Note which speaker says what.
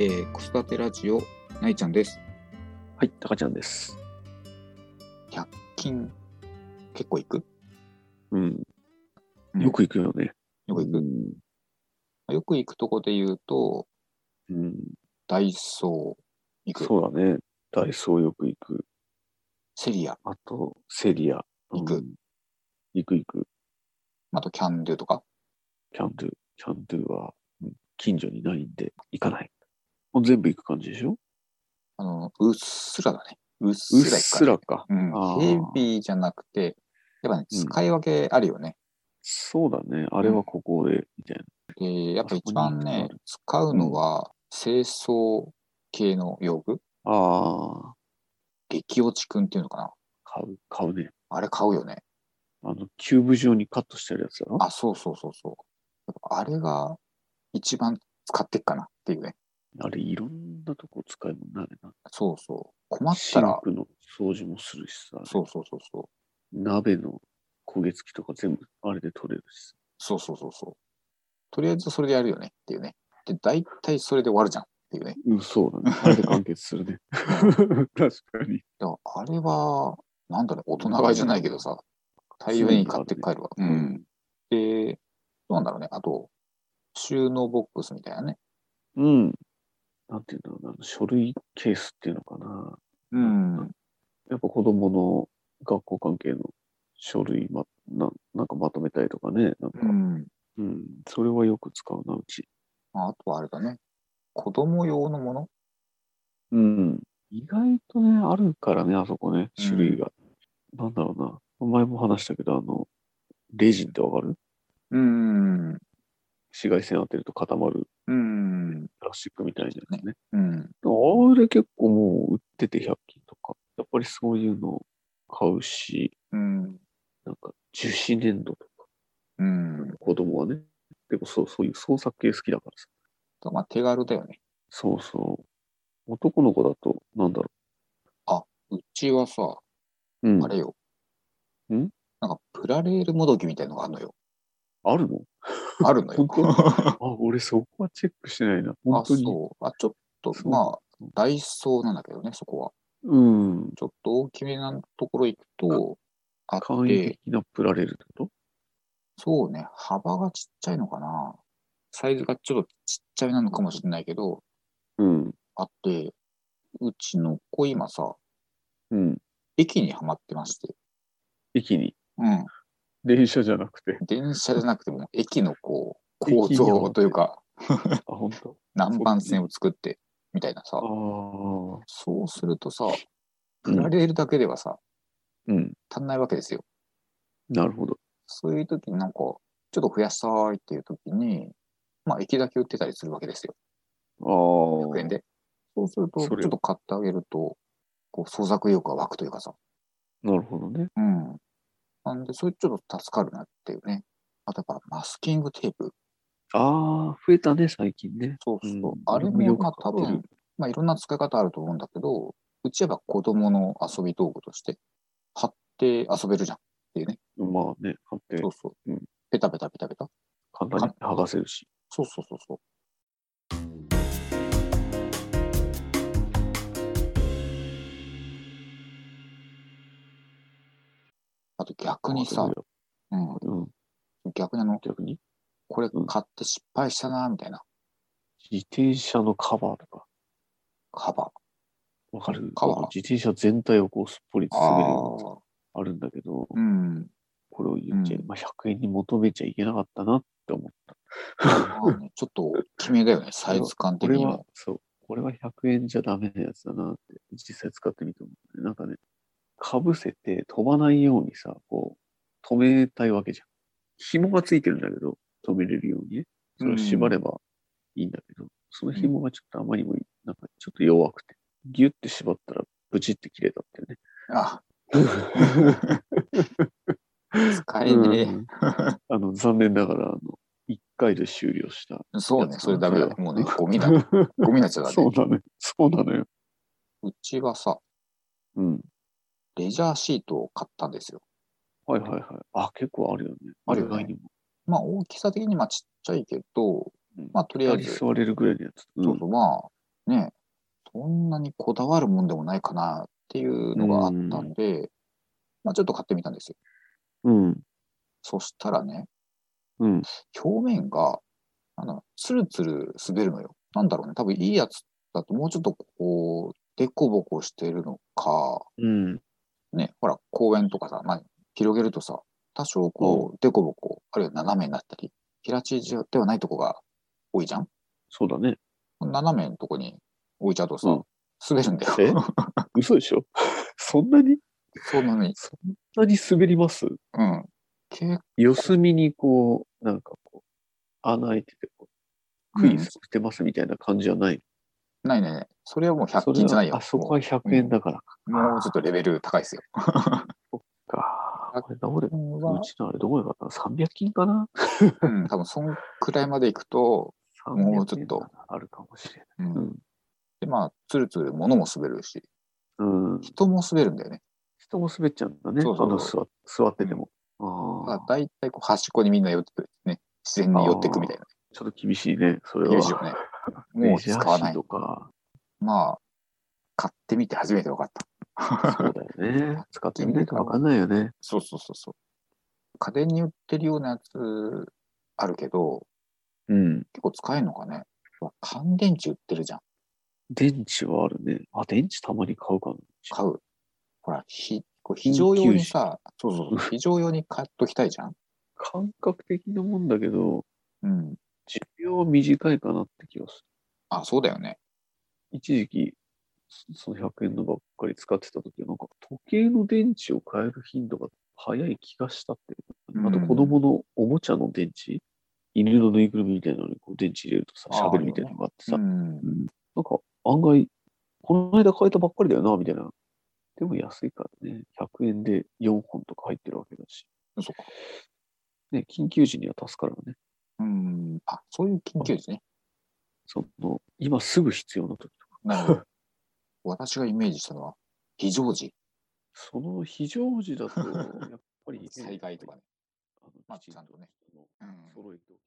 Speaker 1: えー子育てラジオないちゃんです。
Speaker 2: はい、高ちゃんです。
Speaker 1: 金結構いく？
Speaker 2: うん
Speaker 1: う。ん
Speaker 2: よく行くよね。
Speaker 1: よく行く。
Speaker 2: く。
Speaker 1: よく行くとこで言うと
Speaker 2: うん。
Speaker 1: ダイソー行く、
Speaker 2: そうだね。ダイソーよく行く。
Speaker 1: セリア、
Speaker 2: あと、セリア。うん
Speaker 1: 行く。
Speaker 2: 行く行く。
Speaker 1: あとキャンドゥとか。
Speaker 2: キャンドゥ。キャンドゥはうん近所にないんで行かない。もう全部行く感じでしょ
Speaker 1: あのうっすらだね。うっす
Speaker 2: うっ
Speaker 1: ら行く
Speaker 2: す
Speaker 1: から
Speaker 2: か。あ
Speaker 1: うん、
Speaker 2: ー
Speaker 1: ヘビーじゃなくて、やっぱね、
Speaker 2: うん
Speaker 1: 使い分けあるよね。
Speaker 2: そうだね。あれはここで、みたいな。
Speaker 1: で、やっぱ一番
Speaker 2: あそこに行
Speaker 1: ね
Speaker 2: くのある、
Speaker 1: 使うのは、清掃系の用具、
Speaker 2: ああ、
Speaker 1: 激落ちくんっていうのかな。
Speaker 2: 買う、買うね。
Speaker 1: あれ買うよね。
Speaker 2: あの、キューブ状にカットしてるやつだろ
Speaker 1: あ、そうそうそうそう。やっぱあれが一番使ってっかなっていうね。
Speaker 2: あれ、いろんなとこ使いもんなるな。
Speaker 1: そうそう。困ったら、
Speaker 2: シンクの掃除もするしさ。
Speaker 1: そうそうそうそう。
Speaker 2: 鍋の焦げ付きとか全部あれで取れるし。
Speaker 1: そうそうそうそう。とりあえずそれでやるよねっていうね。で、大体それで終わるじゃんっていうね。
Speaker 2: うん、そう だね。あれで完結するね。 確かに。
Speaker 1: だからあれは、なんだろう、大人買いじゃないけどさ、大量に買って帰るわ。うん。で、どうなんだろうね。あと、収納ボックスみたいなね。
Speaker 2: うん。なんていうんだろうな、書類ケースっていうのかな。
Speaker 1: うん。
Speaker 2: やっぱ子供の学校関係の書類ま、ななんかまとめたりとかね。なんか、
Speaker 1: うん。
Speaker 2: うん。それはよく使うな、うち。
Speaker 1: あとはあれだね。子供用のもの
Speaker 2: うん。意外とね、あるからね、あそこね、種類が。なんだろうな。前も話したけど、あの、レジンってわかる
Speaker 1: うん。
Speaker 2: 紫外線当てると固まる
Speaker 1: うん。
Speaker 2: プラスチックみたいなやつね。
Speaker 1: うん。
Speaker 2: あれ結構もう売ってて100均とか。やっぱりそういうの買うし、
Speaker 1: うん。
Speaker 2: なんか樹脂粘土とか、
Speaker 1: うん。
Speaker 2: 子供はね。でもそう、そういう創作系好きだからさ。
Speaker 1: まあ、手軽だよね。
Speaker 2: そうそう。男の子だと、なんだろ
Speaker 1: うちはさ、
Speaker 2: う。うん。
Speaker 1: あれよ。
Speaker 2: ん
Speaker 1: なんか、プラレールもどきみたいのがあるのよ。
Speaker 2: あるの
Speaker 1: あるのよ。
Speaker 2: あ、俺そこはチェックしてないな。本
Speaker 1: あ、
Speaker 2: 当に。
Speaker 1: そう。あ、ちょっと
Speaker 2: そ、う
Speaker 1: まあ、ダイソーなんだけどね、そこは。
Speaker 2: うん。
Speaker 1: ちょっと大きめなところ行くと、あっ
Speaker 2: 簡易
Speaker 1: て、
Speaker 2: 的なプラレールってこと
Speaker 1: そうね、幅がちっちゃいのかな。サイズがちょっとちっちゃめなのかもしれないけど、
Speaker 2: うん。
Speaker 1: あって、うちの子今さ、
Speaker 2: うん。
Speaker 1: 駅にはまってまして、
Speaker 2: 駅に。
Speaker 1: うん。
Speaker 2: 電車じゃなくて。
Speaker 1: 電車じゃなくても、駅のこう、
Speaker 2: 駅に
Speaker 1: 構造というか、
Speaker 2: あ、本当。
Speaker 1: 南蛮線を作って、みたいなさ。
Speaker 2: あ
Speaker 1: そうするとさ、
Speaker 2: うん
Speaker 1: プラレールだけではさ、
Speaker 2: あ。うん。
Speaker 1: 足んないわけですよ。
Speaker 2: なるほど。
Speaker 1: そういう時になんか、ちょっと増やしたいっていう時に、まあ、駅だけ売ってたりするわけですよ。
Speaker 2: あ
Speaker 1: 100円で。そうすると、ち
Speaker 2: それ
Speaker 1: ょっと買ってあげると、こう、創作意欲が湧くというかさ。
Speaker 2: なるほどね。
Speaker 1: うん。なんで、それちょっと助かるなっていうね。あとやっぱ、マスキングテープ。
Speaker 2: ああ、増えたね、最近ね。
Speaker 1: そうそう。
Speaker 2: うん
Speaker 1: あれ
Speaker 2: 俺も
Speaker 1: も、
Speaker 2: よく
Speaker 1: まあ、多
Speaker 2: 買ってる
Speaker 1: 分、まあ、いろんな使い方あると思うんだけど、うちはやっぱ子供の遊び道具として、貼って遊べるじゃんっていうね。
Speaker 2: まあね、貼って。
Speaker 1: そうそううんペタペタペタペタ。
Speaker 2: 簡単に剥がせるし。
Speaker 1: そうそうそうそう。あと逆にさ、うん、
Speaker 2: うん、
Speaker 1: 逆にあの、
Speaker 2: 逆に
Speaker 1: これ
Speaker 2: うん
Speaker 1: 買って失敗したな、みたいな。
Speaker 2: 自転車のカバーとか、
Speaker 1: カバー。
Speaker 2: わかる
Speaker 1: カバー
Speaker 2: あの自転車全体をこうすっぽり包めるような
Speaker 1: ああ。
Speaker 2: あるんだけど、
Speaker 1: うん。
Speaker 2: これを言っちゃい、
Speaker 1: うん
Speaker 2: まあ、100円に求めちゃいけなかったなって思った。
Speaker 1: まあねちょっと大きめだよね、サイズ感
Speaker 2: こ
Speaker 1: 的
Speaker 2: れ
Speaker 1: に
Speaker 2: は
Speaker 1: も。、
Speaker 2: そう、これは100円じゃダメなやつだなって、実際使ってみて思う。なんかね、かぶせて飛ばないようにさ、こう、止めたいわけじゃん。紐がついてるんだけど、止めれるようにね。それを縛ればいいんだけど、その紐がちょっとあまりにもいい、なんかちょっと弱くて、ギュッて縛ったら、ブチって切れたってね。
Speaker 1: あ、使えね
Speaker 2: うんあの、残念ながら、あの、1回で終了した。
Speaker 1: え。そうね、それダメだね。もうね、ゴミ だ。
Speaker 2: そ
Speaker 1: ゴミになっちゃダメ。
Speaker 2: うだね。そうなのよ。
Speaker 1: うちはさ、
Speaker 2: うん。
Speaker 1: レジャーシートを買ったんですよ。
Speaker 2: はいはいはい。あ、結構あるよね。
Speaker 1: あるよね
Speaker 2: 意外にも。
Speaker 1: まあ大きさ的にまあちっちゃいけど、
Speaker 2: うん
Speaker 1: まあとりあえず
Speaker 2: 二人座れるぐらいのやつ。
Speaker 1: そうそう、まあ、ね、そんなにこだわるもんでもないかなっていうのがあったんで、まあちょっと買ってみたんですよ。
Speaker 2: うん。
Speaker 1: そしたらね、
Speaker 2: うん。
Speaker 1: 表面が、あの、ツルツル滑るのよ。なんだろうね、多分いいやつだともうちょっとこう、でこぼこしてるのか、
Speaker 2: うん。
Speaker 1: ね、ほら、公園とかさ、まあ、広げるとさ、多少こう、でこぼこ、あるいは斜めになったり、平地じゃではないとこが多いじゃん
Speaker 2: そうだね。
Speaker 1: 斜めのとこに置いちゃうとさ、
Speaker 2: うん
Speaker 1: 滑るんだ
Speaker 2: え
Speaker 1: よ。
Speaker 2: 嘘でしょ そんなに
Speaker 1: そんなに。
Speaker 2: そんなに滑ります
Speaker 1: うん。結
Speaker 2: 四隅にこう、なんかこう、穴開いててこう、クイズしてますみたいな感じじゃない。
Speaker 1: ないね。それはもう
Speaker 2: そ
Speaker 1: 100
Speaker 2: れ
Speaker 1: 均じゃ
Speaker 2: は
Speaker 1: ないよ。
Speaker 2: あそこは100円だから
Speaker 1: もうもうちょっとレベル高いですよ。
Speaker 2: か。
Speaker 1: あ
Speaker 2: これどれ
Speaker 1: う、
Speaker 2: うちのあれどこやかった ?300 均かなん
Speaker 1: 多分そんくらいまで行くと、もうちょっと。
Speaker 2: 300円かなあるかもしれない。
Speaker 1: うん
Speaker 2: うん
Speaker 1: で、まあ、つるつる物も滑るし、
Speaker 2: うん。
Speaker 1: 人も滑るんだよね。
Speaker 2: 人も滑っちゃうんだね。
Speaker 1: そうそう
Speaker 2: あの座座ってても。
Speaker 1: だ
Speaker 2: あ
Speaker 1: から
Speaker 2: あ。
Speaker 1: 大体こう端っこにみんな寄ってくるね。自然に寄ってくみたい
Speaker 2: ちょっと厳しいね、それ
Speaker 1: な。
Speaker 2: は。
Speaker 1: 厳しいよ ね。もう使わな
Speaker 2: レジャーシー
Speaker 1: い
Speaker 2: ト。か。
Speaker 1: まあ、買ってみて初めて分かった。
Speaker 2: そうだよね。使ってみないとわかんないよね。
Speaker 1: そうそうそうそう。家電に売ってるようなやつあるけど、
Speaker 2: うん。
Speaker 1: 結構使えるのかね。うわ乾電池売ってるじゃん。
Speaker 2: 電池はあるね。あ、電池たまに買うかな。
Speaker 1: 買う。ほら、ひこう非常用にさ、そうそうそう、非常用に買っときたいじゃん。
Speaker 2: 感覚的なもんだけど、
Speaker 1: うん。
Speaker 2: 寿命は短いかなって気がす
Speaker 1: あ、そうだよね。
Speaker 2: る。一時期、その100円のばっかり使ってた時は、なんか時計の電池を変える頻度が早い気がしたっていう
Speaker 1: うん
Speaker 2: か。あと子供のおもちゃの電池、犬のぬいぐるみみたいなのにこう電池入れるとさ、
Speaker 1: あー
Speaker 2: 喋るみたいなのがあってさ、
Speaker 1: うん。
Speaker 2: なんか案外、この間変えたばっかりだよな、みたいな。でも安いからね、100円で4本とか入ってるわけだし、
Speaker 1: そうか。
Speaker 2: ね、緊急時には助かるわね。
Speaker 1: うん。あ、そういう緊急時 ね。
Speaker 2: その、今すぐ必要な時とか。
Speaker 1: なるほど。私がイメージしたのは、非常時、
Speaker 2: その非常時だと、やっぱ り、
Speaker 1: 災害とかね。
Speaker 2: あの、
Speaker 1: まあ
Speaker 2: きちん
Speaker 1: ちゃんとね
Speaker 2: その
Speaker 1: うん
Speaker 2: 揃えておく